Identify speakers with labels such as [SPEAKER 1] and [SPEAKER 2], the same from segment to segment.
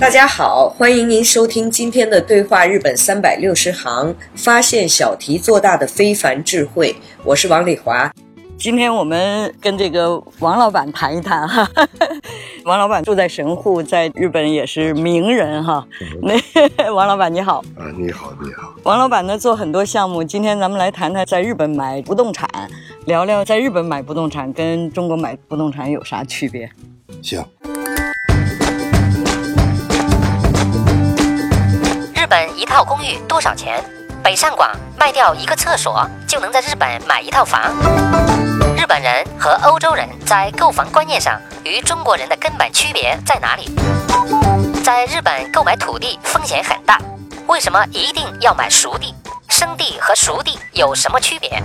[SPEAKER 1] 大家好，欢迎您收听今天的《对话日本三百六十行》，发现小题做大的非凡智慧。我是王丽华。今天我们跟这个王老板谈一谈哈， 王老板住在神户，在日本也是名人哈。那 王老板你好，
[SPEAKER 2] 啊，你好，你好，
[SPEAKER 1] 王老板呢做很多项目，今天咱们来谈谈在日本买不动产，聊聊在日本买不动产跟中国买不动产有啥区别。
[SPEAKER 2] 行，
[SPEAKER 3] 日本一套公寓多少钱？北上广卖掉一个厕所就能在日本买一套房。日本人和欧洲人在购房观念上与中国人的根本区别在哪里？在日本购买土地风险很大，为什么一定要买熟地？生地和熟地有什么区别？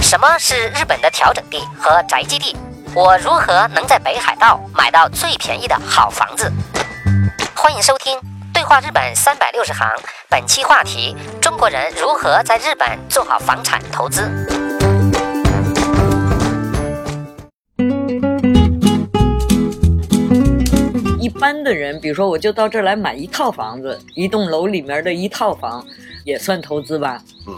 [SPEAKER 3] 什么是日本的调整地和宅基地？我如何能在北海道买到最便宜的好房子？欢迎收听《对话日本三百六十行》，本期话题：中国人如何在日本做好房产投资？
[SPEAKER 1] 一般的人，比如说我就到这儿来买一套房子，一栋楼里面的一套房，也算投资吧。
[SPEAKER 2] 嗯，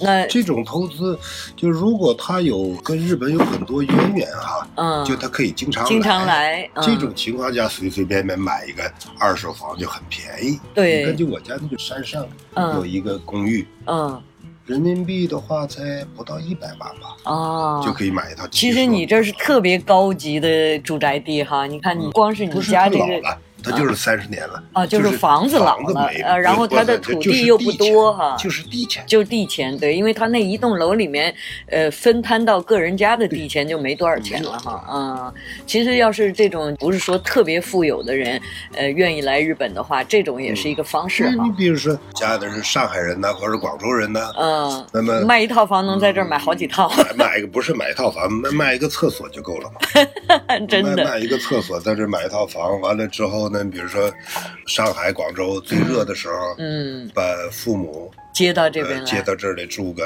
[SPEAKER 1] 那
[SPEAKER 2] 这种投资，就如果他有跟日本有很多渊源哈、
[SPEAKER 1] 嗯，
[SPEAKER 2] 就他可以经常
[SPEAKER 1] 经常。来、嗯、
[SPEAKER 2] 这种情况下，随随便便买一个二手房就很便宜。
[SPEAKER 1] 对
[SPEAKER 2] 你根据我家那个山上
[SPEAKER 1] 嗯
[SPEAKER 2] 有一个公寓，
[SPEAKER 1] 嗯
[SPEAKER 2] 人民币的话才不到一百万吧，
[SPEAKER 1] 哦，
[SPEAKER 2] 就可以买一套。
[SPEAKER 1] 其实你这是特别高级的住宅地哈，你看你光是
[SPEAKER 2] 嗯不
[SPEAKER 1] 你
[SPEAKER 2] 是
[SPEAKER 1] 家
[SPEAKER 2] 他
[SPEAKER 1] 这
[SPEAKER 2] 老
[SPEAKER 1] 个
[SPEAKER 2] 了，他就是三十年了
[SPEAKER 1] 啊就是
[SPEAKER 2] 是
[SPEAKER 1] 房子老
[SPEAKER 2] 子
[SPEAKER 1] 了
[SPEAKER 2] 没
[SPEAKER 1] 呃然后
[SPEAKER 2] 不
[SPEAKER 1] 他的
[SPEAKER 2] 不不
[SPEAKER 1] 土
[SPEAKER 2] 就是
[SPEAKER 1] 地又不
[SPEAKER 2] 地钱
[SPEAKER 1] 多哈
[SPEAKER 2] 就是地钱。
[SPEAKER 1] 就地钱，对，因为他那一栋楼里面，呃，分摊到个人家的地钱就没多少钱了哈。嗯，其实要是这种不是说特别富有的人，呃，愿意来日本的话，这种也是一个方式
[SPEAKER 2] 你
[SPEAKER 1] 哈。
[SPEAKER 2] 比如说家里是上海人呐，或者广州人呐，
[SPEAKER 1] 嗯，
[SPEAKER 2] 那么
[SPEAKER 1] 卖一套房能在这儿买好几 套，
[SPEAKER 2] 买买一个不是买一套房，卖卖一个厕所就够了嘛。
[SPEAKER 1] 真
[SPEAKER 2] 卖
[SPEAKER 1] 的。
[SPEAKER 2] 卖一个厕所，在这买一套房，完了之后呢，比如说上海、广州最热的时候，
[SPEAKER 1] 嗯，
[SPEAKER 2] 把父母
[SPEAKER 1] 接到这边
[SPEAKER 2] 呃接
[SPEAKER 1] 来，
[SPEAKER 2] 到这里住个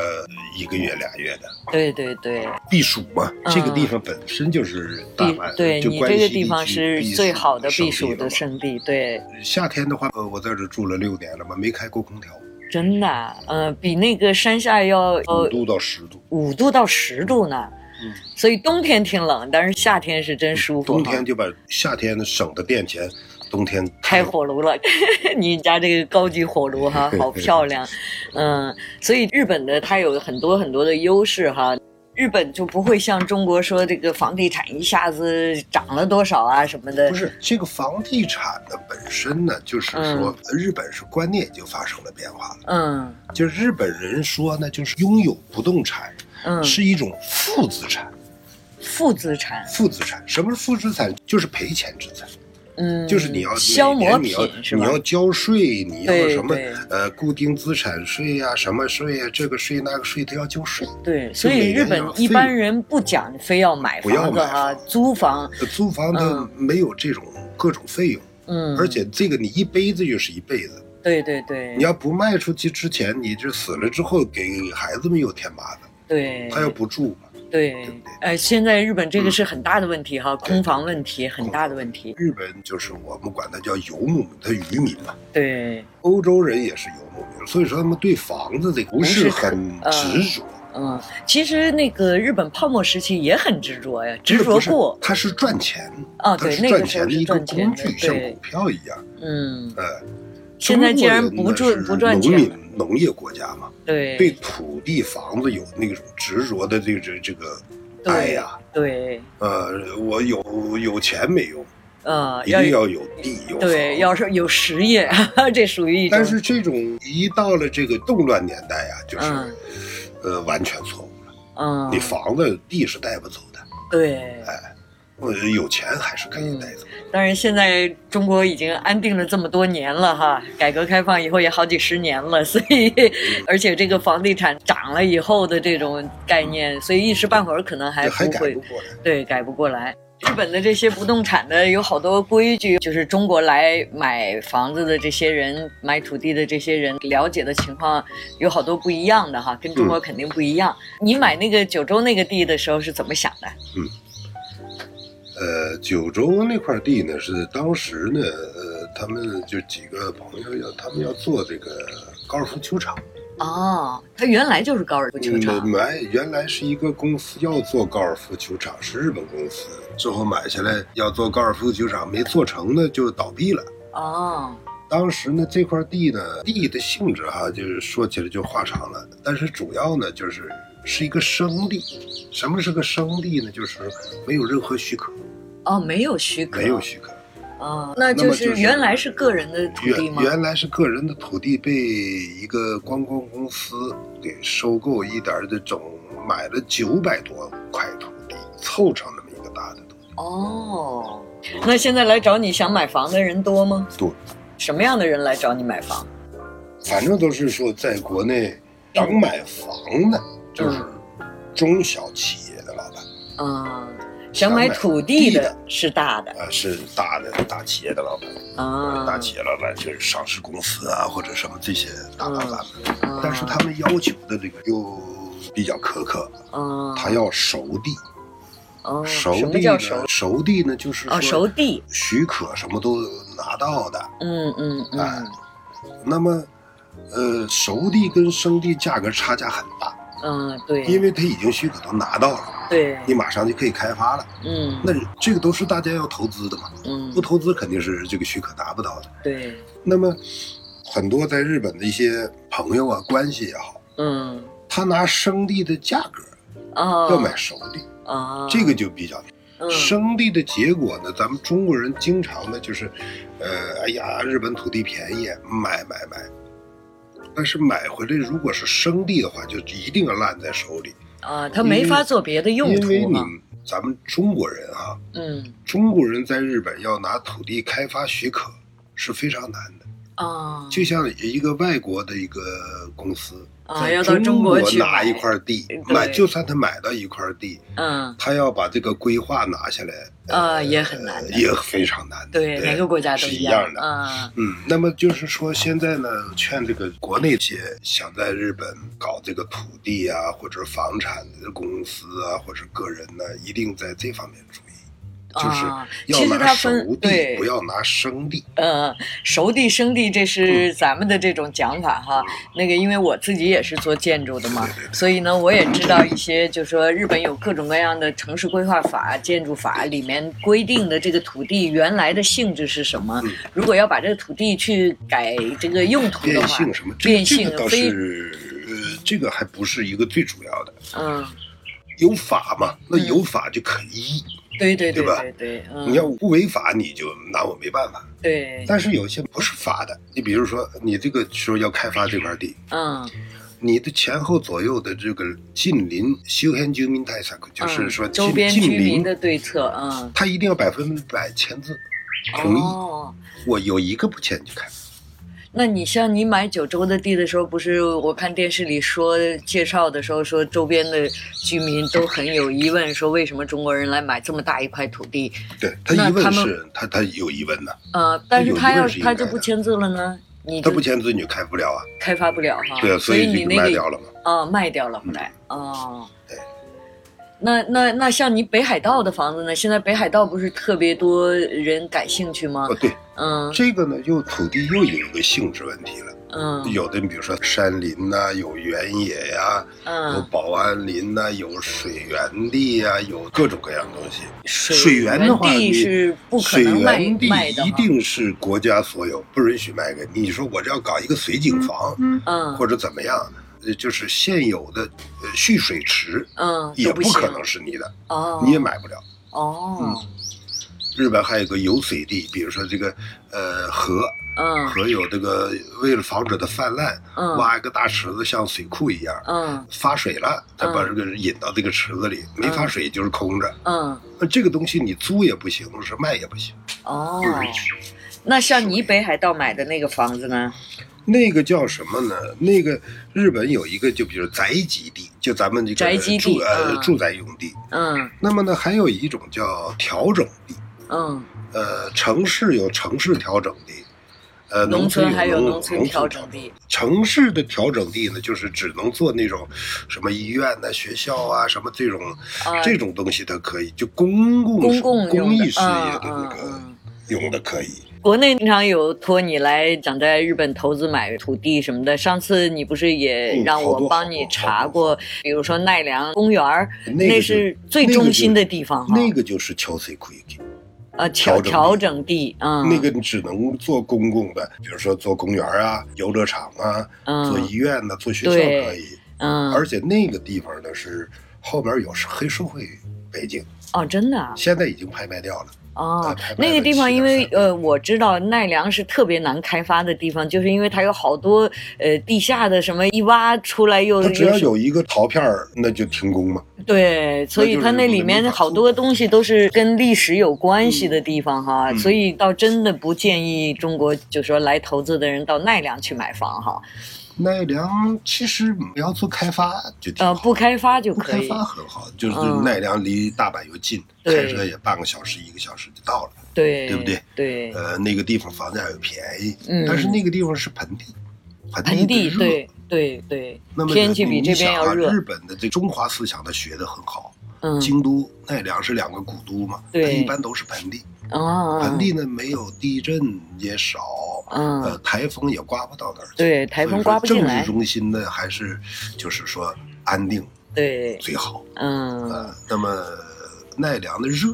[SPEAKER 2] 一个月、俩月的，
[SPEAKER 1] 对对对，
[SPEAKER 2] 避暑嘛。
[SPEAKER 1] 嗯
[SPEAKER 2] 这个地方本身就是大
[SPEAKER 1] 避
[SPEAKER 2] 阪，
[SPEAKER 1] 对
[SPEAKER 2] 就
[SPEAKER 1] 你
[SPEAKER 2] 关
[SPEAKER 1] 这个
[SPEAKER 2] 西
[SPEAKER 1] 地方
[SPEAKER 2] 区
[SPEAKER 1] 是
[SPEAKER 2] 避暑
[SPEAKER 1] 最好的避
[SPEAKER 2] 地
[SPEAKER 1] 暑
[SPEAKER 2] 了
[SPEAKER 1] 的
[SPEAKER 2] 嘛。
[SPEAKER 1] 圣地，对，
[SPEAKER 2] 夏天的话，呃我在这住了六年了嘛，没开过空调，
[SPEAKER 1] 真的啊，嗯，比那个山下要
[SPEAKER 2] 五
[SPEAKER 1] 呃
[SPEAKER 2] 度到十度，
[SPEAKER 1] 五度到十度呢。
[SPEAKER 2] 嗯
[SPEAKER 1] 所以冬天挺冷，但是夏天是真舒服哈。
[SPEAKER 2] 冬天就把夏天省的电钱，冬天
[SPEAKER 1] 开火炉了， 你家这个高级火炉 哈，好漂亮，嗯，所以日本的它有很多很多的优势哈。日本就不会像中国说这个房地产一下子涨了多少啊什么的
[SPEAKER 2] 不，是这个房地产呢本身呢，就是说、日本是观念已经发生了变化了。
[SPEAKER 1] 嗯
[SPEAKER 2] 就是日本人说呢，就是拥有不动产
[SPEAKER 1] 嗯，
[SPEAKER 2] 是一种负资产。
[SPEAKER 1] 负资产，
[SPEAKER 2] 负资产，什么是负资产？就是赔钱资产，
[SPEAKER 1] 嗯，
[SPEAKER 2] 就是你要
[SPEAKER 1] 消
[SPEAKER 2] 每年
[SPEAKER 1] 磨
[SPEAKER 2] 你要
[SPEAKER 1] 品是
[SPEAKER 2] 你
[SPEAKER 1] 吧？
[SPEAKER 2] 要交税，你要
[SPEAKER 1] 对
[SPEAKER 2] 什么
[SPEAKER 1] 对
[SPEAKER 2] 呃固定资产税呀、什么税呀、这个税那个税都要交税。
[SPEAKER 1] 对，所以
[SPEAKER 2] 每
[SPEAKER 1] 日
[SPEAKER 2] 年
[SPEAKER 1] 本
[SPEAKER 2] 要
[SPEAKER 1] 一
[SPEAKER 2] 费
[SPEAKER 1] 般人不讲非要买
[SPEAKER 2] 不要
[SPEAKER 1] 房子
[SPEAKER 2] 买
[SPEAKER 1] 哈，
[SPEAKER 2] 房
[SPEAKER 1] 租房，
[SPEAKER 2] 呃租房它
[SPEAKER 1] 嗯
[SPEAKER 2] 没有这种各种费用，
[SPEAKER 1] 嗯，
[SPEAKER 2] 而且这个你一辈子就是一辈子。
[SPEAKER 1] 对对对，
[SPEAKER 2] 你要不卖出去之前，你这死了之后给孩子们又添麻烦，
[SPEAKER 1] 对
[SPEAKER 2] 他要不住嘛。
[SPEAKER 1] 对
[SPEAKER 2] 对嗯不对，
[SPEAKER 1] 呃，现在日本这个是很大的问题哈，空房问题很大的问题。
[SPEAKER 2] 日本就是我们管它叫游牧民，它渔民嘛。
[SPEAKER 1] 对，
[SPEAKER 2] 欧洲人也是游牧民，所以说他们对房子这个不是很
[SPEAKER 1] 不是很
[SPEAKER 2] 执着，
[SPEAKER 1] 嗯，其实那个日本泡沫时期也很执着呀，执
[SPEAKER 2] 这
[SPEAKER 1] 着
[SPEAKER 2] 不是
[SPEAKER 1] 过，
[SPEAKER 2] 他是赚钱
[SPEAKER 1] 啊
[SPEAKER 2] 他
[SPEAKER 1] 对
[SPEAKER 2] 是
[SPEAKER 1] 那个
[SPEAKER 2] 赚
[SPEAKER 1] 时候
[SPEAKER 2] 钱
[SPEAKER 1] 是
[SPEAKER 2] 一个
[SPEAKER 1] 赚钱
[SPEAKER 2] 工
[SPEAKER 1] 的
[SPEAKER 2] 具，像
[SPEAKER 1] 对
[SPEAKER 2] 股票一样，
[SPEAKER 1] 嗯，
[SPEAKER 2] 呃。
[SPEAKER 1] 现在既然
[SPEAKER 2] 中国人呢
[SPEAKER 1] 不赚
[SPEAKER 2] 是
[SPEAKER 1] 不赚
[SPEAKER 2] 农
[SPEAKER 1] 钱
[SPEAKER 2] 民农业国家嘛，
[SPEAKER 1] 对
[SPEAKER 2] 对土地、房子有那种执着的这这这个爱呀、
[SPEAKER 1] 对，
[SPEAKER 2] 呃，我有有钱没用，
[SPEAKER 1] 呃，
[SPEAKER 2] 一定要有地有房。
[SPEAKER 1] 对，要是有实业， 这属于一种。
[SPEAKER 2] 但是这种一到了这个动乱年代呀、就是、
[SPEAKER 1] 嗯
[SPEAKER 2] 呃完全错误了。
[SPEAKER 1] 嗯，
[SPEAKER 2] 你房子、地是带不走的，
[SPEAKER 1] 对，
[SPEAKER 2] 呃，有钱还是可以带走的。
[SPEAKER 1] 当然现在中国已经安定了这么多年了哈，改革开放以后也好几十年了， 所以而且这个房地产涨了以后的这种概念，所以一时半会儿可能嗯还
[SPEAKER 2] 这还
[SPEAKER 1] 不
[SPEAKER 2] 改
[SPEAKER 1] 会
[SPEAKER 2] 不过来，
[SPEAKER 1] 对，改不过来。日本的这些不动产的有好多规矩，就是中国来买房子的这些人、买土地的这些人了解的情况有好多不一样的哈，跟中国肯定不一样。你买那个九州那个地的时候是怎么想的？
[SPEAKER 2] 呃，九州那块地呢，是当时呢，呃，他们就几个朋友要，他们要做这个高尔夫球场。
[SPEAKER 1] 哦，它原来就是高尔夫球场
[SPEAKER 2] 嗯。买原来是一个公司要做高尔夫球场，是日本公司，最后买下来要做高尔夫球场，没做成呢就倒闭了。
[SPEAKER 1] 哦，
[SPEAKER 2] 当时呢，这块地呢，地的性质哈、就是说起来就话长了，但是主要呢就是是一个生地。什么是个生地呢？就是没有任何许可，
[SPEAKER 1] 哦，没有许可，
[SPEAKER 2] 没有许可。
[SPEAKER 1] 哦，那
[SPEAKER 2] 那
[SPEAKER 1] 就
[SPEAKER 2] 么
[SPEAKER 1] 是
[SPEAKER 2] 就是
[SPEAKER 1] 原来是个人的土地
[SPEAKER 2] 原
[SPEAKER 1] 吗？
[SPEAKER 2] 原来是个人的土地被一个观光公司给收购，一点儿的整买了九百多块土地，凑成那么一个大的土地。
[SPEAKER 1] 哦，那现在来找你想买房的人多吗？
[SPEAKER 2] 多，
[SPEAKER 1] 什么样的人来找你买房？
[SPEAKER 2] 反正都是说在国内想买房的，就是中小企业的老板
[SPEAKER 1] 嗯，想买土地的是大的
[SPEAKER 2] 啊，是大的大企业的老板，
[SPEAKER 1] 啊，
[SPEAKER 2] 大企业老板就是上市公司啊或者什么这些大老板，
[SPEAKER 1] 啊，
[SPEAKER 2] 但是他们要求的这个又比较苛刻，
[SPEAKER 1] 啊，
[SPEAKER 2] 他要熟地。
[SPEAKER 1] 哦
[SPEAKER 2] 熟
[SPEAKER 1] 什么
[SPEAKER 2] 地
[SPEAKER 1] 叫
[SPEAKER 2] 呢？
[SPEAKER 1] 熟
[SPEAKER 2] 熟地呢，就是
[SPEAKER 1] 啊？熟
[SPEAKER 2] 说
[SPEAKER 1] 地，
[SPEAKER 2] 许可什么都拿到的。
[SPEAKER 1] 嗯嗯
[SPEAKER 2] 哎
[SPEAKER 1] 嗯
[SPEAKER 2] 那么，呃，熟地跟生地价格差价很大，
[SPEAKER 1] 嗯，对，
[SPEAKER 2] 因为它已经许可都拿到了，
[SPEAKER 1] 对，
[SPEAKER 2] 你马上就可以开发了。
[SPEAKER 1] 嗯
[SPEAKER 2] 那这个都是大家要投资的嘛，
[SPEAKER 1] 嗯
[SPEAKER 2] 不，投资肯定是这个许可拿不到的。
[SPEAKER 1] 对，
[SPEAKER 2] 那么，很多在日本的一些朋友啊，关系也好，
[SPEAKER 1] 嗯
[SPEAKER 2] 他拿生地的价格
[SPEAKER 1] 啊，
[SPEAKER 2] 要买熟地，
[SPEAKER 1] 啊，
[SPEAKER 2] 这个就比较
[SPEAKER 1] 嗯
[SPEAKER 2] 生地的结果呢，咱们中国人经常的就是，呃，哎呀，日本土地便宜，买买买。但是买回来如果是生地的话，就一定要烂在手里，
[SPEAKER 1] 啊，他没法做别的用
[SPEAKER 2] 因为
[SPEAKER 1] 途啊
[SPEAKER 2] 你
[SPEAKER 1] 嘛，
[SPEAKER 2] 咱们中国人啊，
[SPEAKER 1] 嗯
[SPEAKER 2] 中国人在日本要拿土地开发许可是非常难的，
[SPEAKER 1] 啊，
[SPEAKER 2] 就像一个外国的一个公司。
[SPEAKER 1] 啊
[SPEAKER 2] 在
[SPEAKER 1] 要到中
[SPEAKER 2] 中
[SPEAKER 1] 国
[SPEAKER 2] 国
[SPEAKER 1] 去
[SPEAKER 2] 拿
[SPEAKER 1] 买
[SPEAKER 2] 一块地
[SPEAKER 1] 对，
[SPEAKER 2] 买就算他买到一块地，
[SPEAKER 1] 嗯
[SPEAKER 2] 他要把这个规划拿下来，
[SPEAKER 1] 啊也很难的
[SPEAKER 2] 呃也非常难的。
[SPEAKER 1] 对，每个国家都
[SPEAKER 2] 是一
[SPEAKER 1] 样
[SPEAKER 2] 样的。
[SPEAKER 1] 啊，
[SPEAKER 2] 嗯，那么就是说，现在呢，劝这个国内一些想在日本搞这个土地啊，或者房产的公司啊，或者个人呢，一定在这方面注意，就是
[SPEAKER 1] 啊
[SPEAKER 2] 要
[SPEAKER 1] 其实
[SPEAKER 2] 拿
[SPEAKER 1] 它分
[SPEAKER 2] 熟
[SPEAKER 1] 对
[SPEAKER 2] 地，不要拿生地。
[SPEAKER 1] 呃，熟地生地，这
[SPEAKER 2] 嗯
[SPEAKER 1] 是咱们的这种讲法哈。那个，因为我自己也是做建筑的嘛，所以呢，我也知道一些，就说日本有各种各样的城市规划法、建筑法里面规定的这个土地原来的性质是什
[SPEAKER 2] 嗯
[SPEAKER 1] 么。如果要把这个土地去改这个用途的
[SPEAKER 2] 变
[SPEAKER 1] 话
[SPEAKER 2] 性，什么？这
[SPEAKER 1] 啊变
[SPEAKER 2] 这
[SPEAKER 1] 性
[SPEAKER 2] 个倒
[SPEAKER 1] 非
[SPEAKER 2] 是，呃，这个还不是一个最主要的。
[SPEAKER 1] 嗯，
[SPEAKER 2] 有法嘛，那有法就可依。
[SPEAKER 1] 对对
[SPEAKER 2] 对吧
[SPEAKER 1] 对对，嗯，
[SPEAKER 2] 你要不违法，你就拿我没办法。
[SPEAKER 1] 对，
[SPEAKER 2] 但是有些不是法的，你比如说，你这个时候要开发这块地，
[SPEAKER 1] 嗯
[SPEAKER 2] 你的前后左右的这个近邻修宪居民対策，就是说
[SPEAKER 1] 嗯
[SPEAKER 2] 近、
[SPEAKER 1] 周边
[SPEAKER 2] 近
[SPEAKER 1] 居民
[SPEAKER 2] 邻
[SPEAKER 1] 的，对策，嗯，
[SPEAKER 2] 他一定要百分百签字同意。
[SPEAKER 1] 哦。
[SPEAKER 2] 我有一个不签就开，
[SPEAKER 1] 那你像你买九州的地的时候，不是我看电视里说介绍的时候说，周边的居民都很有疑问，说为什么中国人来买这么大一块土地？
[SPEAKER 2] 对他
[SPEAKER 1] 那
[SPEAKER 2] 疑问
[SPEAKER 1] 他们
[SPEAKER 2] 是，他他有疑问的，
[SPEAKER 1] 呃，但是
[SPEAKER 2] 有疑
[SPEAKER 1] 他
[SPEAKER 2] 问
[SPEAKER 1] 要
[SPEAKER 2] 是应
[SPEAKER 1] 他
[SPEAKER 2] 该
[SPEAKER 1] 就不
[SPEAKER 2] 的
[SPEAKER 1] 签字了呢，你
[SPEAKER 2] 他
[SPEAKER 1] 就
[SPEAKER 2] 不签字你就开不了啊，
[SPEAKER 1] 开发不了哈。
[SPEAKER 2] 对啊，所
[SPEAKER 1] 所以你
[SPEAKER 2] 这个
[SPEAKER 1] 那
[SPEAKER 2] 卖
[SPEAKER 1] 个
[SPEAKER 2] 掉了嘛。嗯
[SPEAKER 1] 啊、卖掉了后来哦
[SPEAKER 2] 对。
[SPEAKER 1] 那那那像你北海道的房子呢？现在北海道不是特别多人感兴趣吗
[SPEAKER 2] 哦，？对，
[SPEAKER 1] 嗯
[SPEAKER 2] 这个呢，又土地又有一个性质问题了。
[SPEAKER 1] 嗯
[SPEAKER 2] 有的，你比如说山林呐、有原野呀、有
[SPEAKER 1] 嗯，
[SPEAKER 2] 保安林呐、有水源地呀、有各种各样的东西。
[SPEAKER 1] 水
[SPEAKER 2] 源的话，
[SPEAKER 1] 地
[SPEAKER 2] 你
[SPEAKER 1] 是不可
[SPEAKER 2] 水
[SPEAKER 1] 能卖
[SPEAKER 2] 源地
[SPEAKER 1] 卖的哈
[SPEAKER 2] 一定是国家所有，不允许卖给你。你说我这要搞一个水景房、
[SPEAKER 1] 嗯
[SPEAKER 2] 或者怎么样，呃就是现有的呃蓄水池
[SPEAKER 1] 啊
[SPEAKER 4] 嗯，
[SPEAKER 2] 也
[SPEAKER 4] 不
[SPEAKER 2] 不可能是你的，
[SPEAKER 4] 哦，
[SPEAKER 2] 你也买不了。
[SPEAKER 4] 哦，
[SPEAKER 2] 日本还有个游水地，比如说这个呃河，
[SPEAKER 4] 嗯
[SPEAKER 2] 河有这个为了防止它泛滥，
[SPEAKER 4] 嗯
[SPEAKER 2] 挖一个大池子，像水库一样，
[SPEAKER 4] 嗯
[SPEAKER 2] 发水了，它把
[SPEAKER 4] 嗯
[SPEAKER 2] 这个人引到这个池子里，没发水就是空着。
[SPEAKER 4] 嗯，
[SPEAKER 2] 那这个东西你租也不行，是卖也不行。
[SPEAKER 4] 哦，那像你北海道买的那个房子呢？
[SPEAKER 2] 那个叫什么呢？那个日本有一个，就比如宅基地，就咱们这个
[SPEAKER 4] 宅基地
[SPEAKER 2] 住呃
[SPEAKER 4] 嗯
[SPEAKER 2] 住宅用地。
[SPEAKER 4] 嗯
[SPEAKER 2] 那么呢，还有一种叫调整地，
[SPEAKER 4] 嗯
[SPEAKER 2] 呃，城市有城市调整地，呃，
[SPEAKER 4] 农
[SPEAKER 2] 农村
[SPEAKER 4] 村还有
[SPEAKER 2] 农
[SPEAKER 4] 农村调整地。
[SPEAKER 2] 城市的调整地呢，就是只能做那种什么医院呐、学校啊、什么这种、
[SPEAKER 4] 啊
[SPEAKER 2] 这种东西，它可以就公共
[SPEAKER 4] 公共
[SPEAKER 2] 公
[SPEAKER 4] 用的
[SPEAKER 2] 益事业
[SPEAKER 1] 啊
[SPEAKER 2] 的那
[SPEAKER 4] 嗯
[SPEAKER 2] 个、
[SPEAKER 4] 嗯
[SPEAKER 2] 用的可以。
[SPEAKER 1] 国内经常有托你来想在日本投资买土地什么的，上次你不是也
[SPEAKER 2] 嗯
[SPEAKER 1] 让
[SPEAKER 2] 好多
[SPEAKER 1] 我
[SPEAKER 2] 好
[SPEAKER 1] 帮
[SPEAKER 2] 多
[SPEAKER 1] 你
[SPEAKER 2] 好
[SPEAKER 1] 查
[SPEAKER 2] 多
[SPEAKER 1] 过，比如说奈良公园儿，
[SPEAKER 2] 那个就
[SPEAKER 1] 那是最中心的地方哈
[SPEAKER 2] 那个就是桥水库地，
[SPEAKER 1] 呃，调
[SPEAKER 2] 调
[SPEAKER 1] 调
[SPEAKER 2] 整
[SPEAKER 1] 整地，嗯，
[SPEAKER 2] 那个你只能做公共的，比如说做公园啊、游乐场啊、做
[SPEAKER 1] 嗯
[SPEAKER 2] 医院呐、做学校
[SPEAKER 1] 对
[SPEAKER 2] 可以。
[SPEAKER 1] 嗯
[SPEAKER 2] 而且那个地方呢是后面有黑社会背景，
[SPEAKER 1] 哦，真的啊
[SPEAKER 2] 现在已经拍卖掉了。
[SPEAKER 1] 哦
[SPEAKER 2] 拍卖，
[SPEAKER 1] 那个
[SPEAKER 2] 的
[SPEAKER 1] 地
[SPEAKER 2] 是
[SPEAKER 1] 方因
[SPEAKER 2] 的
[SPEAKER 1] 为
[SPEAKER 2] 是的
[SPEAKER 1] 呃，我知道奈良是特别难开发的地方，就是因为它有好多呃地下的什么一挖出来又
[SPEAKER 2] 它只要
[SPEAKER 1] 又是
[SPEAKER 2] 有一个陶片儿，那就停工嘛。
[SPEAKER 1] 对，所以
[SPEAKER 2] 就是
[SPEAKER 1] 它那里面好多东西都是跟历史有关系的地方哈，
[SPEAKER 2] 嗯
[SPEAKER 1] 所以倒真的不建议中国就说来投资的人到奈良去买房哈，
[SPEAKER 2] 奈良其实你要做开发就挺
[SPEAKER 1] 呃，
[SPEAKER 2] 好，
[SPEAKER 1] 不开发就
[SPEAKER 2] 不
[SPEAKER 1] 可
[SPEAKER 2] 开
[SPEAKER 1] 以，
[SPEAKER 2] 发很好，就是
[SPEAKER 1] 嗯
[SPEAKER 2] 奈良离大阪又近，
[SPEAKER 1] 对
[SPEAKER 2] 开车也半个小时一个小时就到了。
[SPEAKER 1] 对，
[SPEAKER 2] 对不对？
[SPEAKER 1] 对，
[SPEAKER 2] 呃，那个地方房价又便宜，
[SPEAKER 1] 嗯
[SPEAKER 2] 但是那个地方是盆地，
[SPEAKER 1] 盆
[SPEAKER 2] 地
[SPEAKER 1] 地，
[SPEAKER 2] 热
[SPEAKER 1] 对对对
[SPEAKER 2] 那，么
[SPEAKER 1] 天气比这边要
[SPEAKER 2] 你想啊
[SPEAKER 1] 热
[SPEAKER 2] 日，本的这中华思想，它学得很好。
[SPEAKER 1] 嗯，
[SPEAKER 2] 京都、奈良是两个古都嘛，它
[SPEAKER 1] 对
[SPEAKER 2] 一般都是盆地。
[SPEAKER 1] 啊，
[SPEAKER 2] 盆地呢，没有地震也少，
[SPEAKER 1] 嗯
[SPEAKER 2] 呃，台风也刮不到那儿去。
[SPEAKER 1] 对，台
[SPEAKER 2] 所以
[SPEAKER 1] 风
[SPEAKER 2] 说
[SPEAKER 1] 刮不进
[SPEAKER 2] 政
[SPEAKER 1] 来
[SPEAKER 2] 治，中心呢，还是就是说安定
[SPEAKER 1] 对，
[SPEAKER 2] 最好。
[SPEAKER 1] 嗯
[SPEAKER 2] 呃，那么奈良的热，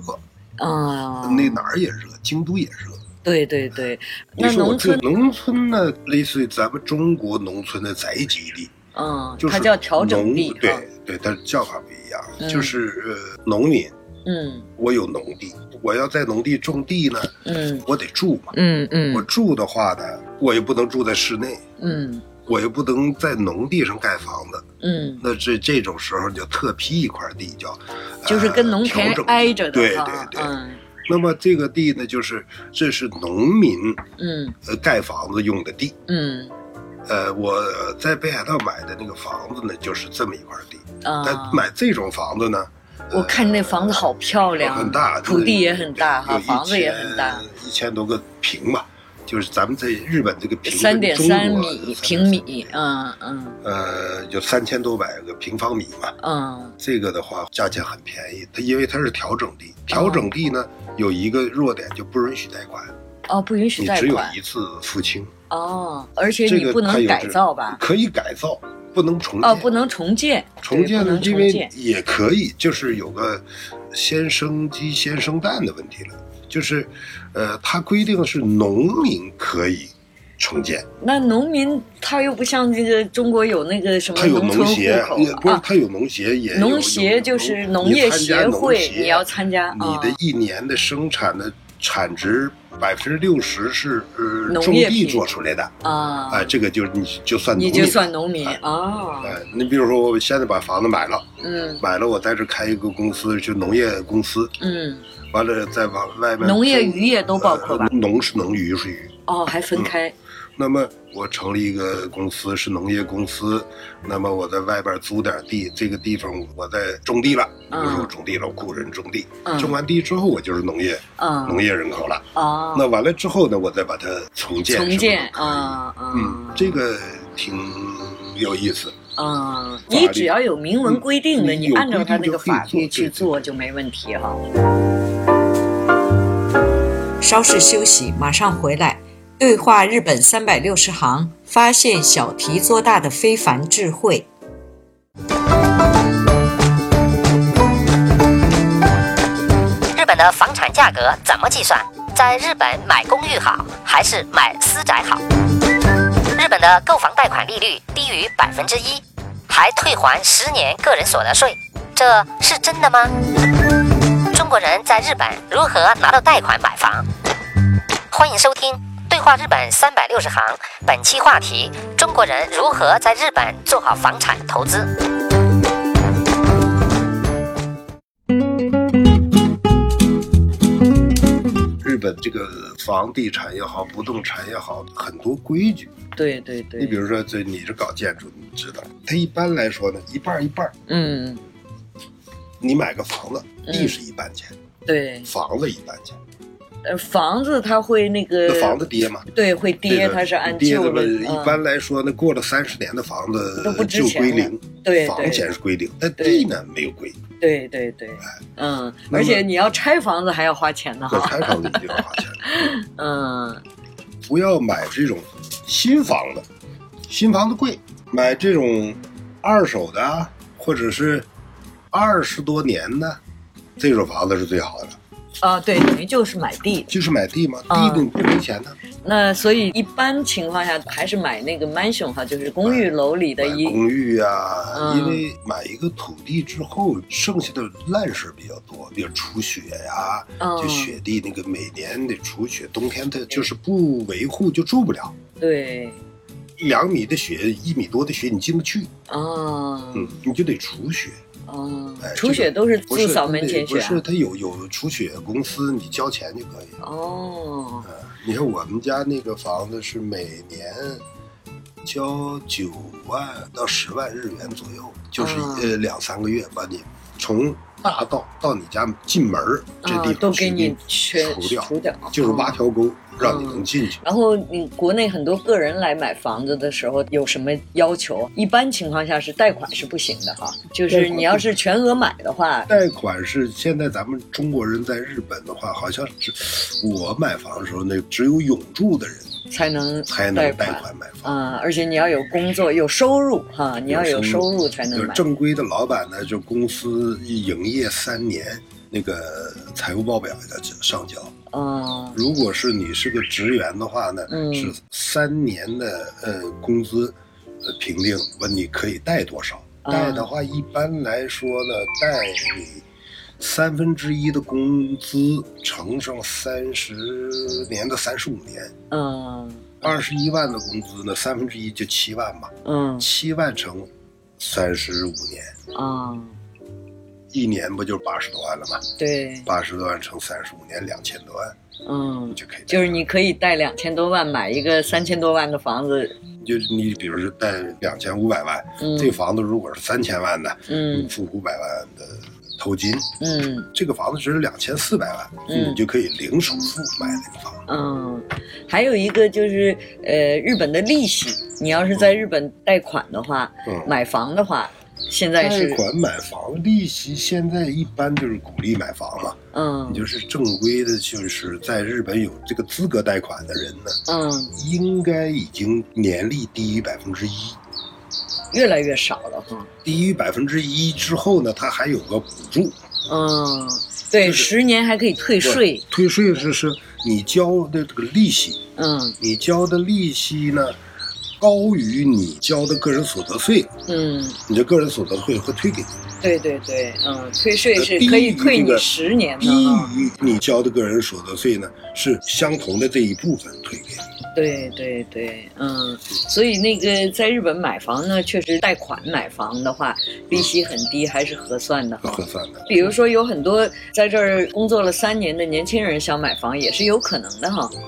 [SPEAKER 1] 啊，
[SPEAKER 2] 那哪儿也热，京都也热。
[SPEAKER 1] 对对对，
[SPEAKER 2] 你
[SPEAKER 1] 那
[SPEAKER 2] 说我
[SPEAKER 1] 农
[SPEAKER 2] 这
[SPEAKER 1] 村，
[SPEAKER 2] 农村呢，类似于咱们中国农村的宅基地，
[SPEAKER 1] 嗯
[SPEAKER 2] 就，是
[SPEAKER 1] 它叫调整
[SPEAKER 2] 农
[SPEAKER 1] 地，啊哈
[SPEAKER 2] 对，对，它叫法不一样，
[SPEAKER 1] 嗯
[SPEAKER 2] 就是呃，农民，
[SPEAKER 1] 嗯
[SPEAKER 2] 我有农地，我要在农地种地呢，
[SPEAKER 1] 嗯
[SPEAKER 2] 我得住嘛，
[SPEAKER 1] 嗯
[SPEAKER 2] 我
[SPEAKER 1] 嗯
[SPEAKER 2] 住的话呢，我又不能住在室内，
[SPEAKER 1] 嗯
[SPEAKER 2] 我又不能在农地上盖房子，
[SPEAKER 1] 嗯，
[SPEAKER 2] 那这这种时候你就特批一块地叫，呃
[SPEAKER 1] 就是跟农田
[SPEAKER 2] 调整地
[SPEAKER 1] 挨着的
[SPEAKER 2] 对
[SPEAKER 1] 哈
[SPEAKER 2] 对，对。
[SPEAKER 1] 嗯
[SPEAKER 2] 那么这个地呢，就是这是农民
[SPEAKER 1] 嗯
[SPEAKER 2] 呃盖房子用的地。
[SPEAKER 1] 嗯
[SPEAKER 2] 呃，我呃在北海道买的那个房子呢，就是这么一块地。
[SPEAKER 1] 啊
[SPEAKER 2] 但，买这种房子呢，
[SPEAKER 1] 我看那房子好漂亮，
[SPEAKER 2] 很大，
[SPEAKER 1] 土地也很大
[SPEAKER 2] 有
[SPEAKER 1] 哈，
[SPEAKER 2] 一
[SPEAKER 1] 房子也很大
[SPEAKER 2] 千，，一千多个平吧，就是咱们在日本这个平
[SPEAKER 1] 三点三
[SPEAKER 2] 跟中国
[SPEAKER 1] 米
[SPEAKER 2] 3.3
[SPEAKER 1] 平米，嗯嗯
[SPEAKER 2] 呃，有三千多百个平方米嘛。
[SPEAKER 1] 嗯
[SPEAKER 2] 这个的话，价钱很便宜，它因为它是调整地，调整地呢有一个弱点，就不允许贷款，
[SPEAKER 1] 哦，不允许
[SPEAKER 2] 你
[SPEAKER 1] 贷
[SPEAKER 2] 只有
[SPEAKER 1] 款
[SPEAKER 2] 一次付清。
[SPEAKER 1] 哦，而且
[SPEAKER 2] 这
[SPEAKER 1] 你
[SPEAKER 2] 个
[SPEAKER 1] 不
[SPEAKER 2] 它
[SPEAKER 1] 能
[SPEAKER 2] 有
[SPEAKER 1] 改
[SPEAKER 2] 这
[SPEAKER 1] 造吧？
[SPEAKER 2] 可以改造，不能重建。
[SPEAKER 1] 哦，不能重建，
[SPEAKER 2] 重建
[SPEAKER 1] 对不
[SPEAKER 2] 呢
[SPEAKER 1] 能，
[SPEAKER 2] 因
[SPEAKER 1] 重
[SPEAKER 2] 为
[SPEAKER 1] 建。
[SPEAKER 2] 也可以，就是有个先生鸡先生蛋的问题了，就是，呃，它规定是农民可以重建，
[SPEAKER 1] 那农民他又不像这个中国有那个什么
[SPEAKER 2] 它有
[SPEAKER 1] 农村
[SPEAKER 2] 农协
[SPEAKER 1] 户，
[SPEAKER 2] 也
[SPEAKER 1] 口
[SPEAKER 2] 不是
[SPEAKER 1] 啊，
[SPEAKER 2] 它有农协，也有
[SPEAKER 1] 农协就是农业协会，
[SPEAKER 2] 你参加农协
[SPEAKER 1] 你要参加
[SPEAKER 2] 你
[SPEAKER 1] 啊
[SPEAKER 2] 的一年的生产的产值百分之六十是呃
[SPEAKER 1] 农
[SPEAKER 2] 种
[SPEAKER 1] 业
[SPEAKER 2] 地
[SPEAKER 1] 品
[SPEAKER 2] 做出来的，
[SPEAKER 1] 啊
[SPEAKER 2] 哎，，这个就是你就算
[SPEAKER 1] 你
[SPEAKER 2] 农
[SPEAKER 1] 就
[SPEAKER 2] 民
[SPEAKER 1] 算农民
[SPEAKER 2] 哎
[SPEAKER 1] 啊，
[SPEAKER 2] 哎，你比如说，我现在把房子买了，
[SPEAKER 1] 嗯
[SPEAKER 2] 买了，我在这开一个公司，就农业公司，
[SPEAKER 1] 嗯，
[SPEAKER 2] 完了再往外面
[SPEAKER 1] 农业渔业都包括吧
[SPEAKER 2] 呃？农是农，渔是渔。
[SPEAKER 1] 哦，还
[SPEAKER 2] 嗯
[SPEAKER 1] 分开，
[SPEAKER 2] 那么我成立一个公司是农业公司，那么我在外边租点地，这个地方我在种地了，比如说我种地了，我雇人种地，
[SPEAKER 1] 嗯
[SPEAKER 2] 种完地之后我就是农业
[SPEAKER 1] 嗯
[SPEAKER 2] 农业人口了。
[SPEAKER 1] 啊，
[SPEAKER 2] 那完了之后呢，我再把它重建。
[SPEAKER 1] 重建
[SPEAKER 2] 是吧
[SPEAKER 1] 啊啊，
[SPEAKER 2] 嗯，这个挺有意思。
[SPEAKER 1] 啊，
[SPEAKER 2] 律
[SPEAKER 1] 你只要有明文规定的，
[SPEAKER 2] 嗯
[SPEAKER 1] 你按照他那个法律
[SPEAKER 2] 有规定就可以做
[SPEAKER 1] 去做就没问题哈。
[SPEAKER 2] 嗯
[SPEAKER 4] 稍事休息，马上回来。对话日本三百六十行，发现小题做大的非凡智慧。
[SPEAKER 3] 日本的房产价格怎么计算？在日本买公寓好还是买私宅好？日本的购房贷款利率低于百分之一，还退还十年个人所得税，这是真的吗？中国人在日本如何拿到贷款买房？欢迎收听《对话日本三百六十行》，本期话题：中国人如何在日本做好房产投资？
[SPEAKER 2] 日本这个房地产也好，不动产也好，很多规矩。
[SPEAKER 1] 对对对，
[SPEAKER 2] 你比如说，这你是搞建筑，你知道，它一般来说呢，一半儿一半儿。
[SPEAKER 1] 嗯，
[SPEAKER 2] 你买个房子，地是一半钱，
[SPEAKER 1] 对，
[SPEAKER 2] 房子一半钱，
[SPEAKER 1] 呃，房子它会那个
[SPEAKER 2] 那房子跌嘛？
[SPEAKER 1] 对会呃跌，
[SPEAKER 2] 这个
[SPEAKER 1] 它是按
[SPEAKER 2] 跌的
[SPEAKER 1] 旧
[SPEAKER 2] 吧？
[SPEAKER 1] 的，嗯
[SPEAKER 2] 一般来说，那过了三十年的房子
[SPEAKER 1] 都不值
[SPEAKER 2] 就
[SPEAKER 1] 钱
[SPEAKER 2] 归
[SPEAKER 1] 了
[SPEAKER 2] 零，
[SPEAKER 1] 对
[SPEAKER 2] 房
[SPEAKER 1] 对
[SPEAKER 2] 钱是归零，但
[SPEAKER 1] 对
[SPEAKER 2] 地呢没有归，
[SPEAKER 1] 嗯对对对，嗯，
[SPEAKER 2] 哎那么
[SPEAKER 1] 而且你要拆房子还要花钱呢
[SPEAKER 2] 那
[SPEAKER 1] 哈，
[SPEAKER 2] 拆房子一定要花钱。
[SPEAKER 1] 嗯
[SPEAKER 2] 不要买这种新房子，新房子贵，买这种二手的啊或者是二十多年的这种房子是最好的。
[SPEAKER 1] 啊，对，等于就是买地，
[SPEAKER 2] 就是买地嘛，
[SPEAKER 1] 啊
[SPEAKER 2] 地你不赔钱呢，
[SPEAKER 1] 那所以一般情况下还是买那个 mansion 哈，就是公寓楼里的
[SPEAKER 2] 哎买
[SPEAKER 1] 哎一，
[SPEAKER 2] 公寓啊，
[SPEAKER 1] 嗯
[SPEAKER 2] 因为买一个土地之后，剩下的烂事儿比较多，比如除雪呀、
[SPEAKER 1] 嗯
[SPEAKER 2] 就雪地那个每年得除雪，冬天它就是不维护就住不了，
[SPEAKER 1] 对，
[SPEAKER 2] 两米的雪，一米多的雪你进不去，
[SPEAKER 1] 啊
[SPEAKER 2] 嗯，你就得除雪。
[SPEAKER 1] 啊
[SPEAKER 2] 哎，
[SPEAKER 1] 除雪都是自扫门前雪
[SPEAKER 2] 不
[SPEAKER 1] 啊，
[SPEAKER 2] 是，它有有除雪公司，你交钱就可以。
[SPEAKER 1] 哦，
[SPEAKER 2] 你看我们家那个房子是每年交九万到十万日元左右，就是、
[SPEAKER 1] 啊
[SPEAKER 2] 呃两三个月把你从大道到你家进门儿这
[SPEAKER 1] 啊
[SPEAKER 2] 地方
[SPEAKER 1] 都
[SPEAKER 2] 是
[SPEAKER 1] 给你全
[SPEAKER 2] 除掉，
[SPEAKER 1] 除掉，
[SPEAKER 2] 就是挖
[SPEAKER 1] 哦
[SPEAKER 2] 条沟、让你能进去。
[SPEAKER 1] 然后你国内很多个人来买房子的时候有什么要求？一般情况下是贷款是不行的哈，就是你要是全额买的话，
[SPEAKER 2] 贷款是现在咱们中国人在日本的话，好像只我买房的时候，那只有永住的人
[SPEAKER 1] 才能
[SPEAKER 2] 才能
[SPEAKER 1] 贷
[SPEAKER 2] 贷款买房。
[SPEAKER 1] 啊、而且你要有工作有收入哈，你要有收入才能
[SPEAKER 2] 就是
[SPEAKER 1] 买。
[SPEAKER 2] 正规的老板呢，就公司一营业三年，那个财务报表要上交。
[SPEAKER 1] 啊
[SPEAKER 2] 如果是你是个职员的话呢，
[SPEAKER 1] 嗯
[SPEAKER 2] 是三年的呃工资呃评定，问你可以贷多少？
[SPEAKER 1] 啊
[SPEAKER 2] 贷的话，一般来说呢，贷你三分之一的工资乘上三十年的三十五年，
[SPEAKER 1] 嗯
[SPEAKER 2] 二十一万的工资呢，三分之一就七万吧，
[SPEAKER 1] 嗯
[SPEAKER 2] 七万乘三十五年。
[SPEAKER 1] 啊，
[SPEAKER 2] 一年不就八十多万了吗？
[SPEAKER 1] 对，
[SPEAKER 2] 八十多万乘三十五年，两千多万
[SPEAKER 1] 嗯，
[SPEAKER 2] 就可以。
[SPEAKER 1] 就是你，可以贷两千多万买一个三千多万的房子，
[SPEAKER 2] 就是你，比如说贷两千五百万，
[SPEAKER 1] 嗯
[SPEAKER 2] 这房子如果是三千万的，
[SPEAKER 1] 嗯
[SPEAKER 2] 你付五百万的头金，
[SPEAKER 1] 嗯。
[SPEAKER 2] 这个房子只是两千四百万，
[SPEAKER 1] 嗯
[SPEAKER 2] 你就可以零首付买那个房子。
[SPEAKER 1] 嗯，还有一个就是，呃，日本的利息，你要是在日本贷款的话，
[SPEAKER 2] 嗯
[SPEAKER 1] 买房的话，现在
[SPEAKER 2] 贷
[SPEAKER 1] 是，
[SPEAKER 2] 款买房利息现在一般就是鼓励买房嘛，
[SPEAKER 1] 嗯
[SPEAKER 2] 你就是正规的，就是在日本有这个资格贷款的人呢，
[SPEAKER 1] 嗯，
[SPEAKER 2] 应该已经年利低于百分之一。
[SPEAKER 1] 越来越少了哈，
[SPEAKER 2] 低于百分之一之后呢，它还有个补助，
[SPEAKER 1] 嗯，对，
[SPEAKER 2] 就是
[SPEAKER 1] 十年还可以退税，
[SPEAKER 2] 退税是是你交的这个利息，
[SPEAKER 1] 嗯
[SPEAKER 2] 你交的利息呢高于你交的个人所得税，
[SPEAKER 1] 嗯，
[SPEAKER 2] 你的个人所得税会退给你，
[SPEAKER 1] 对对对，嗯，退税是
[SPEAKER 2] 低于
[SPEAKER 1] 可以退
[SPEAKER 2] 这
[SPEAKER 1] 你
[SPEAKER 2] 个
[SPEAKER 1] 十年的
[SPEAKER 2] 低
[SPEAKER 1] 哈，
[SPEAKER 2] 于你交的个人所得税呢是相同的这一部分退给你。
[SPEAKER 1] 对对对，嗯，所以那个在日本买房呢，确实贷款买房的话，利息很低，还是合算的哈
[SPEAKER 2] 那。核算的，
[SPEAKER 1] 比如说，有很多在这儿工作了三年的年轻人想买房，也是有可能的哈。
[SPEAKER 2] 嗯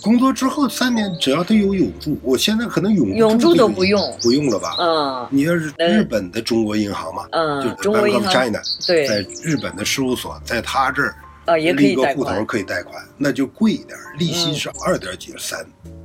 [SPEAKER 2] 工作之后三年，只要他有永住，我现在可能永
[SPEAKER 1] 永
[SPEAKER 2] 住
[SPEAKER 1] 住都
[SPEAKER 2] 都
[SPEAKER 1] 不用
[SPEAKER 2] 不用了吧？
[SPEAKER 1] 嗯
[SPEAKER 2] 你要是
[SPEAKER 1] 那
[SPEAKER 2] 日本的中国银行嘛，就
[SPEAKER 1] 嗯
[SPEAKER 2] 是，
[SPEAKER 1] 中国
[SPEAKER 2] Bank
[SPEAKER 1] 银
[SPEAKER 2] of
[SPEAKER 1] 行
[SPEAKER 2] China，
[SPEAKER 1] 对
[SPEAKER 2] 在日本的事务所，在他这儿
[SPEAKER 1] 啊也可
[SPEAKER 2] 立
[SPEAKER 1] 以
[SPEAKER 2] 个
[SPEAKER 1] 贷
[SPEAKER 2] 户头
[SPEAKER 1] 款嗯
[SPEAKER 2] 可以贷款，那就贵一点儿，利息是二点几三。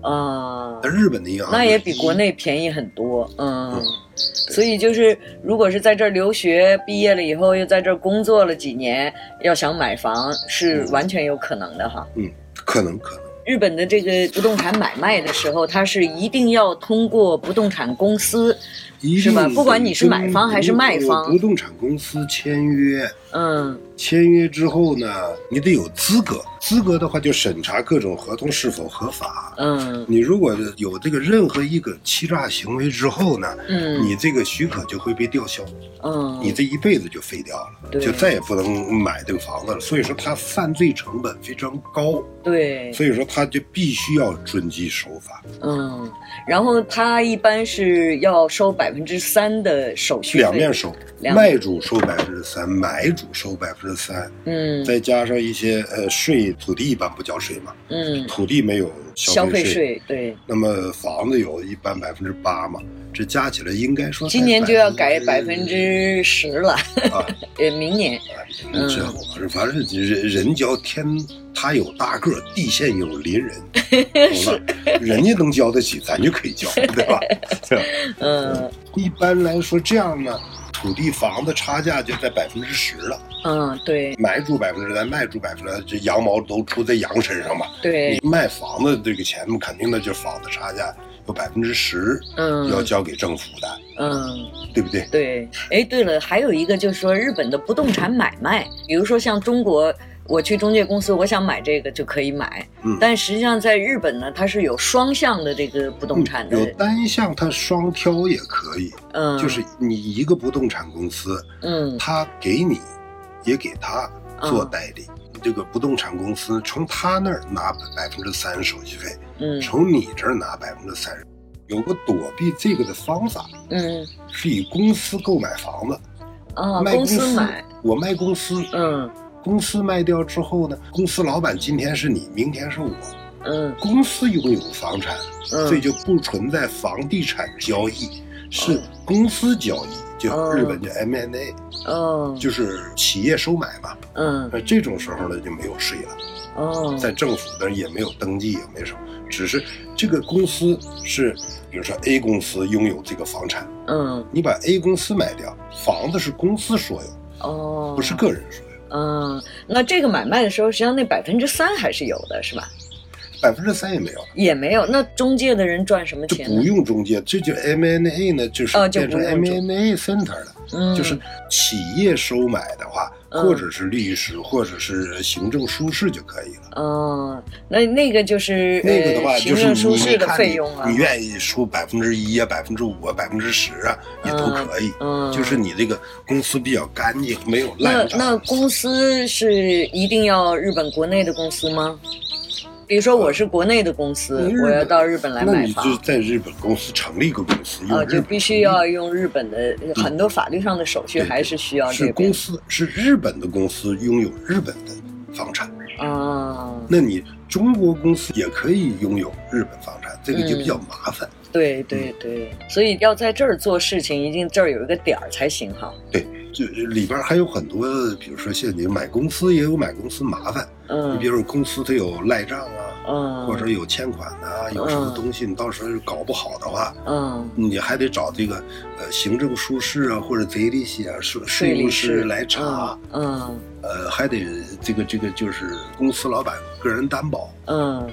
[SPEAKER 1] 啊
[SPEAKER 2] 那，日本的银行
[SPEAKER 1] 那也
[SPEAKER 2] 就是
[SPEAKER 1] 比
[SPEAKER 2] 一
[SPEAKER 1] 国内便宜很多。嗯
[SPEAKER 2] 嗯，
[SPEAKER 1] 所以就是，如果是在这儿留学，毕业了以后又在这儿工作了几年，要想买房是完全有可能的哈。
[SPEAKER 2] 嗯，可能可能
[SPEAKER 1] 日本的这个不动产买卖的时候，它是一定要通过不动产公司
[SPEAKER 2] 一
[SPEAKER 1] 是
[SPEAKER 2] 定
[SPEAKER 1] 吧
[SPEAKER 2] 得
[SPEAKER 1] 不管你是
[SPEAKER 2] 跟
[SPEAKER 1] 买方还是卖方
[SPEAKER 2] 不动产公司签约，
[SPEAKER 1] 嗯
[SPEAKER 2] 签约之后呢，你得有资格，资格的话就审查各种合同是否合法。
[SPEAKER 1] 嗯
[SPEAKER 2] 你如果有这个任何一个欺诈行为之后呢，
[SPEAKER 1] 嗯
[SPEAKER 2] 你这个许可就会被吊销，
[SPEAKER 1] 嗯，
[SPEAKER 2] 你这一辈子就废掉了，
[SPEAKER 1] 对
[SPEAKER 2] 就再也不能买这个房子了。所以说，他犯罪成本非常高，
[SPEAKER 1] 对，
[SPEAKER 2] 所以说他就必须要遵纪守法，
[SPEAKER 1] 嗯，然后他一般是要收百分之三的手续费，
[SPEAKER 2] 两面收，
[SPEAKER 1] 两面
[SPEAKER 2] 卖主收百分之三，买主收百分之三，
[SPEAKER 1] 嗯
[SPEAKER 2] 再加上一些呃税，土地一般不交税嘛，
[SPEAKER 1] 嗯，
[SPEAKER 2] 土地没有
[SPEAKER 1] 消费
[SPEAKER 2] 费
[SPEAKER 1] 税对，
[SPEAKER 2] 那么房子有一般百分之八嘛，这加起来应该说
[SPEAKER 1] 今年就要改百分之十了，
[SPEAKER 2] 啊，
[SPEAKER 1] 呃，明年嗯
[SPEAKER 2] 这反正人人交天，他有大个儿，地县有邻 人，懂吧？人家能交得起，咱就可以交，对吧？ 对吧
[SPEAKER 1] 嗯
[SPEAKER 2] 一般来说，这样呢，土地房子差价就在百分之十了，
[SPEAKER 1] 嗯，对
[SPEAKER 2] 买主百分之三，卖主百分之三，这羊毛都出在羊身上嘛。
[SPEAKER 1] 对，
[SPEAKER 2] 你卖房子这个钱嘛，肯定的就是房子差价有百分之十
[SPEAKER 1] 嗯
[SPEAKER 2] 要交给政府的，
[SPEAKER 1] 嗯。
[SPEAKER 2] 对不对？
[SPEAKER 1] 对，哎，对了，还有一个就是说日本的不动产买卖，比如说像中国，我去中介公司，我想买这个就可以买，
[SPEAKER 2] 嗯
[SPEAKER 1] 但实际上在日本呢，它是有双向的这个不动产的
[SPEAKER 2] 嗯有，单项，它双挑也可以，
[SPEAKER 1] 嗯，
[SPEAKER 2] 就是你一个不动产公司，
[SPEAKER 1] 嗯
[SPEAKER 2] 他给你，也给他做代理。这个不动产公司从他那儿拿百分之三手续费，
[SPEAKER 1] 嗯
[SPEAKER 2] 从你这儿拿百分之三。有个躲避这个的方法，
[SPEAKER 1] 嗯
[SPEAKER 2] 是以公司购买房子，
[SPEAKER 1] 啊，
[SPEAKER 2] 卖
[SPEAKER 1] 公
[SPEAKER 2] 公
[SPEAKER 1] 司买，，
[SPEAKER 2] 我卖公司，
[SPEAKER 1] 嗯
[SPEAKER 2] 公司卖掉之后呢，公司老板今天是你，明天是我，
[SPEAKER 1] 嗯
[SPEAKER 2] 公司拥有房产，
[SPEAKER 1] 嗯
[SPEAKER 2] 所以就不存在房地产交易，
[SPEAKER 1] 嗯
[SPEAKER 2] 是公司交易，就日本叫 M&A，、
[SPEAKER 1] 哦
[SPEAKER 2] 就是企业收买嘛。
[SPEAKER 1] 嗯
[SPEAKER 2] 那这种时候呢，就没有税了，
[SPEAKER 1] 哦
[SPEAKER 2] 在政府那儿也没有登记，也没什么，只是这个公司是，比如说 A 公司拥有这个房产，
[SPEAKER 1] 嗯
[SPEAKER 2] 你把 A 公司买掉，房子是公司所有，
[SPEAKER 1] 哦，
[SPEAKER 2] 不是个人所有。
[SPEAKER 1] 嗯，那这个买卖的时候，实际上那百分之三还是有的，是吧？
[SPEAKER 2] 百分之三也没有，
[SPEAKER 1] 也没有，那中介的人赚什么
[SPEAKER 2] 就
[SPEAKER 1] 钱
[SPEAKER 2] 不
[SPEAKER 1] 呢？
[SPEAKER 2] 用中介，这就 M&A 呢，就是
[SPEAKER 1] 哦就
[SPEAKER 2] 变
[SPEAKER 1] 不
[SPEAKER 2] 成
[SPEAKER 1] 用中
[SPEAKER 2] M&A center 了。
[SPEAKER 1] 嗯，
[SPEAKER 2] 就是企业收买的话，
[SPEAKER 1] 嗯
[SPEAKER 2] 或者是律师，或者是行政书事就可以了。
[SPEAKER 1] 哦，那那个就是
[SPEAKER 2] 那个的话，
[SPEAKER 1] 呃、行
[SPEAKER 2] 就是
[SPEAKER 1] 政
[SPEAKER 2] 你
[SPEAKER 1] 舒适
[SPEAKER 2] 你
[SPEAKER 1] 的
[SPEAKER 2] 看
[SPEAKER 1] 费用啊
[SPEAKER 2] 你，你愿意出百分之一啊、百分之五啊、百分之十啊，也都可以。
[SPEAKER 1] 嗯嗯
[SPEAKER 2] 就是你这个公司比较干净，没有
[SPEAKER 1] 那
[SPEAKER 2] 烂账。
[SPEAKER 1] 那公司是一定要日本国内的公司吗？比如说我是国内的公司，
[SPEAKER 2] 嗯日
[SPEAKER 1] 我要
[SPEAKER 2] 本
[SPEAKER 1] 到日本来
[SPEAKER 2] 那
[SPEAKER 1] 买
[SPEAKER 2] 你
[SPEAKER 1] 房，
[SPEAKER 2] 就在日本公司成立一个公司，用
[SPEAKER 1] 啊，
[SPEAKER 2] 日
[SPEAKER 1] 就
[SPEAKER 2] 本嗯
[SPEAKER 1] 必须要用日本的很多法律上的手续，
[SPEAKER 2] 对对
[SPEAKER 1] 还是需要这
[SPEAKER 2] 是
[SPEAKER 1] 边
[SPEAKER 2] 公司是日本的公司拥有日本的房产，
[SPEAKER 1] 啊。
[SPEAKER 2] 那你中国公司也可以拥有日本房产，这个就
[SPEAKER 1] 嗯
[SPEAKER 2] 比较麻烦。
[SPEAKER 1] 对对
[SPEAKER 2] 嗯
[SPEAKER 1] 对，所以要在这儿做事情，一定这儿有一个点儿才行哈。
[SPEAKER 2] 就里边还有很多，比如说现在你买公司也有买公司麻烦，你
[SPEAKER 1] 嗯
[SPEAKER 2] 比如说公司它有赖账啊，
[SPEAKER 1] 嗯，
[SPEAKER 2] 或者有欠款呐、有什么东西你到时候搞不好的话，
[SPEAKER 1] 嗯
[SPEAKER 2] 你还得找这个呃行政书事啊或者贼理系啊税
[SPEAKER 1] 税
[SPEAKER 2] 税务
[SPEAKER 1] 理
[SPEAKER 2] 师
[SPEAKER 1] 师
[SPEAKER 2] 来查，
[SPEAKER 1] 嗯
[SPEAKER 2] 呃还得这个这个就是公司老板个人担保，
[SPEAKER 1] 嗯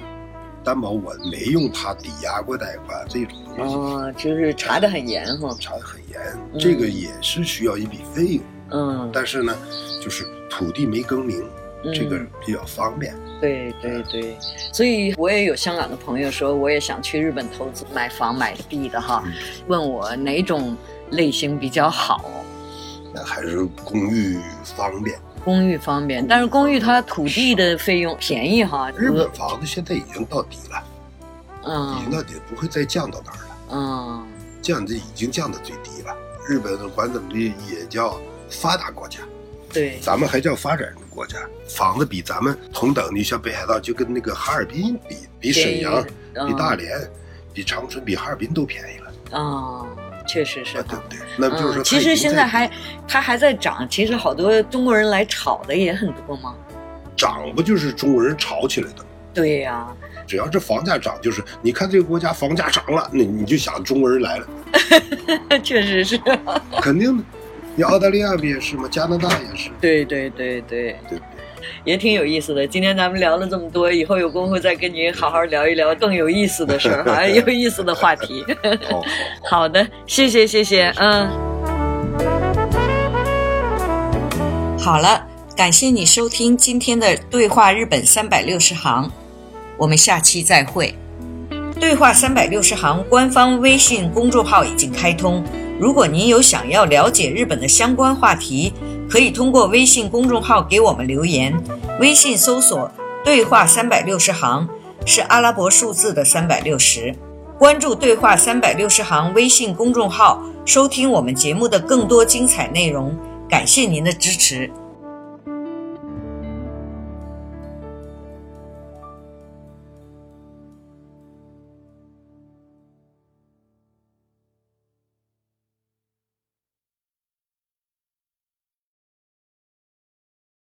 [SPEAKER 2] 担保我没用他抵押过贷款这种东西。
[SPEAKER 1] 哦，就是查的很严哈。
[SPEAKER 2] 查得很严，这个也是需要一笔费用，
[SPEAKER 1] 嗯，
[SPEAKER 2] 但是呢，就是土地没更名，这个嗯
[SPEAKER 1] 嗯
[SPEAKER 2] 比较方便。
[SPEAKER 1] 对对对，所以我也有香港的朋友说，我也想去日本投资买房买地的哈
[SPEAKER 2] 嗯，
[SPEAKER 1] 问我哪种类型比较好，
[SPEAKER 2] 那还是公寓方便。
[SPEAKER 1] 公寓方便，但是公寓它土地的费用便宜哈，
[SPEAKER 2] 日本房子现在已经到底了，已经
[SPEAKER 1] 嗯
[SPEAKER 2] 到底，不会再降到哪儿了。
[SPEAKER 1] 嗯
[SPEAKER 2] 降的已经降到最低了。日本管怎么地也叫发达国家，
[SPEAKER 1] 对，
[SPEAKER 2] 咱们还叫发展中国家。房子比咱们同等，你像北海道就跟那个哈尔滨比，比沈阳、
[SPEAKER 1] 嗯
[SPEAKER 2] 比大连、比长春、比哈尔滨都便宜了，
[SPEAKER 1] 啊，确实是
[SPEAKER 2] 啊对
[SPEAKER 1] 哈。
[SPEAKER 2] 不对？那不就是说
[SPEAKER 1] 嗯，
[SPEAKER 2] 它
[SPEAKER 1] 其
[SPEAKER 2] 已经
[SPEAKER 1] 实现在还它还在涨，其实好多中国人来炒的也很多嘛。
[SPEAKER 2] 涨，不就是中国人炒起来的吗？
[SPEAKER 1] 对呀、
[SPEAKER 2] 只要这房价涨，就是你看这个国家房价涨了，那你就想中国人来了。
[SPEAKER 1] 确实是，
[SPEAKER 2] 肯定的，你澳大利亚不也是吗？加拿大也是，
[SPEAKER 1] 对对对对。
[SPEAKER 2] 对不对？
[SPEAKER 1] 也挺有意思的。今天咱们聊了这么多，以后有功夫再跟您好好聊一聊更有意思的事儿， 哈，有意思的话题。
[SPEAKER 2] 好，
[SPEAKER 1] 好的，谢谢谢谢，嗯。
[SPEAKER 4] 好了，感谢你收听今天的《对话日本三百六十行》，我们下期再会。《对话三百六十行》官方微信公众号已经开通，如果您有想要了解日本的相关话题，可以通过微信公众号给我们留言。微信搜索“对话三百六十行”是阿拉伯数字的三百六十。关注“对话三百六十行”微信公众号，收听我们节目的更多精彩内容。感谢您的支持。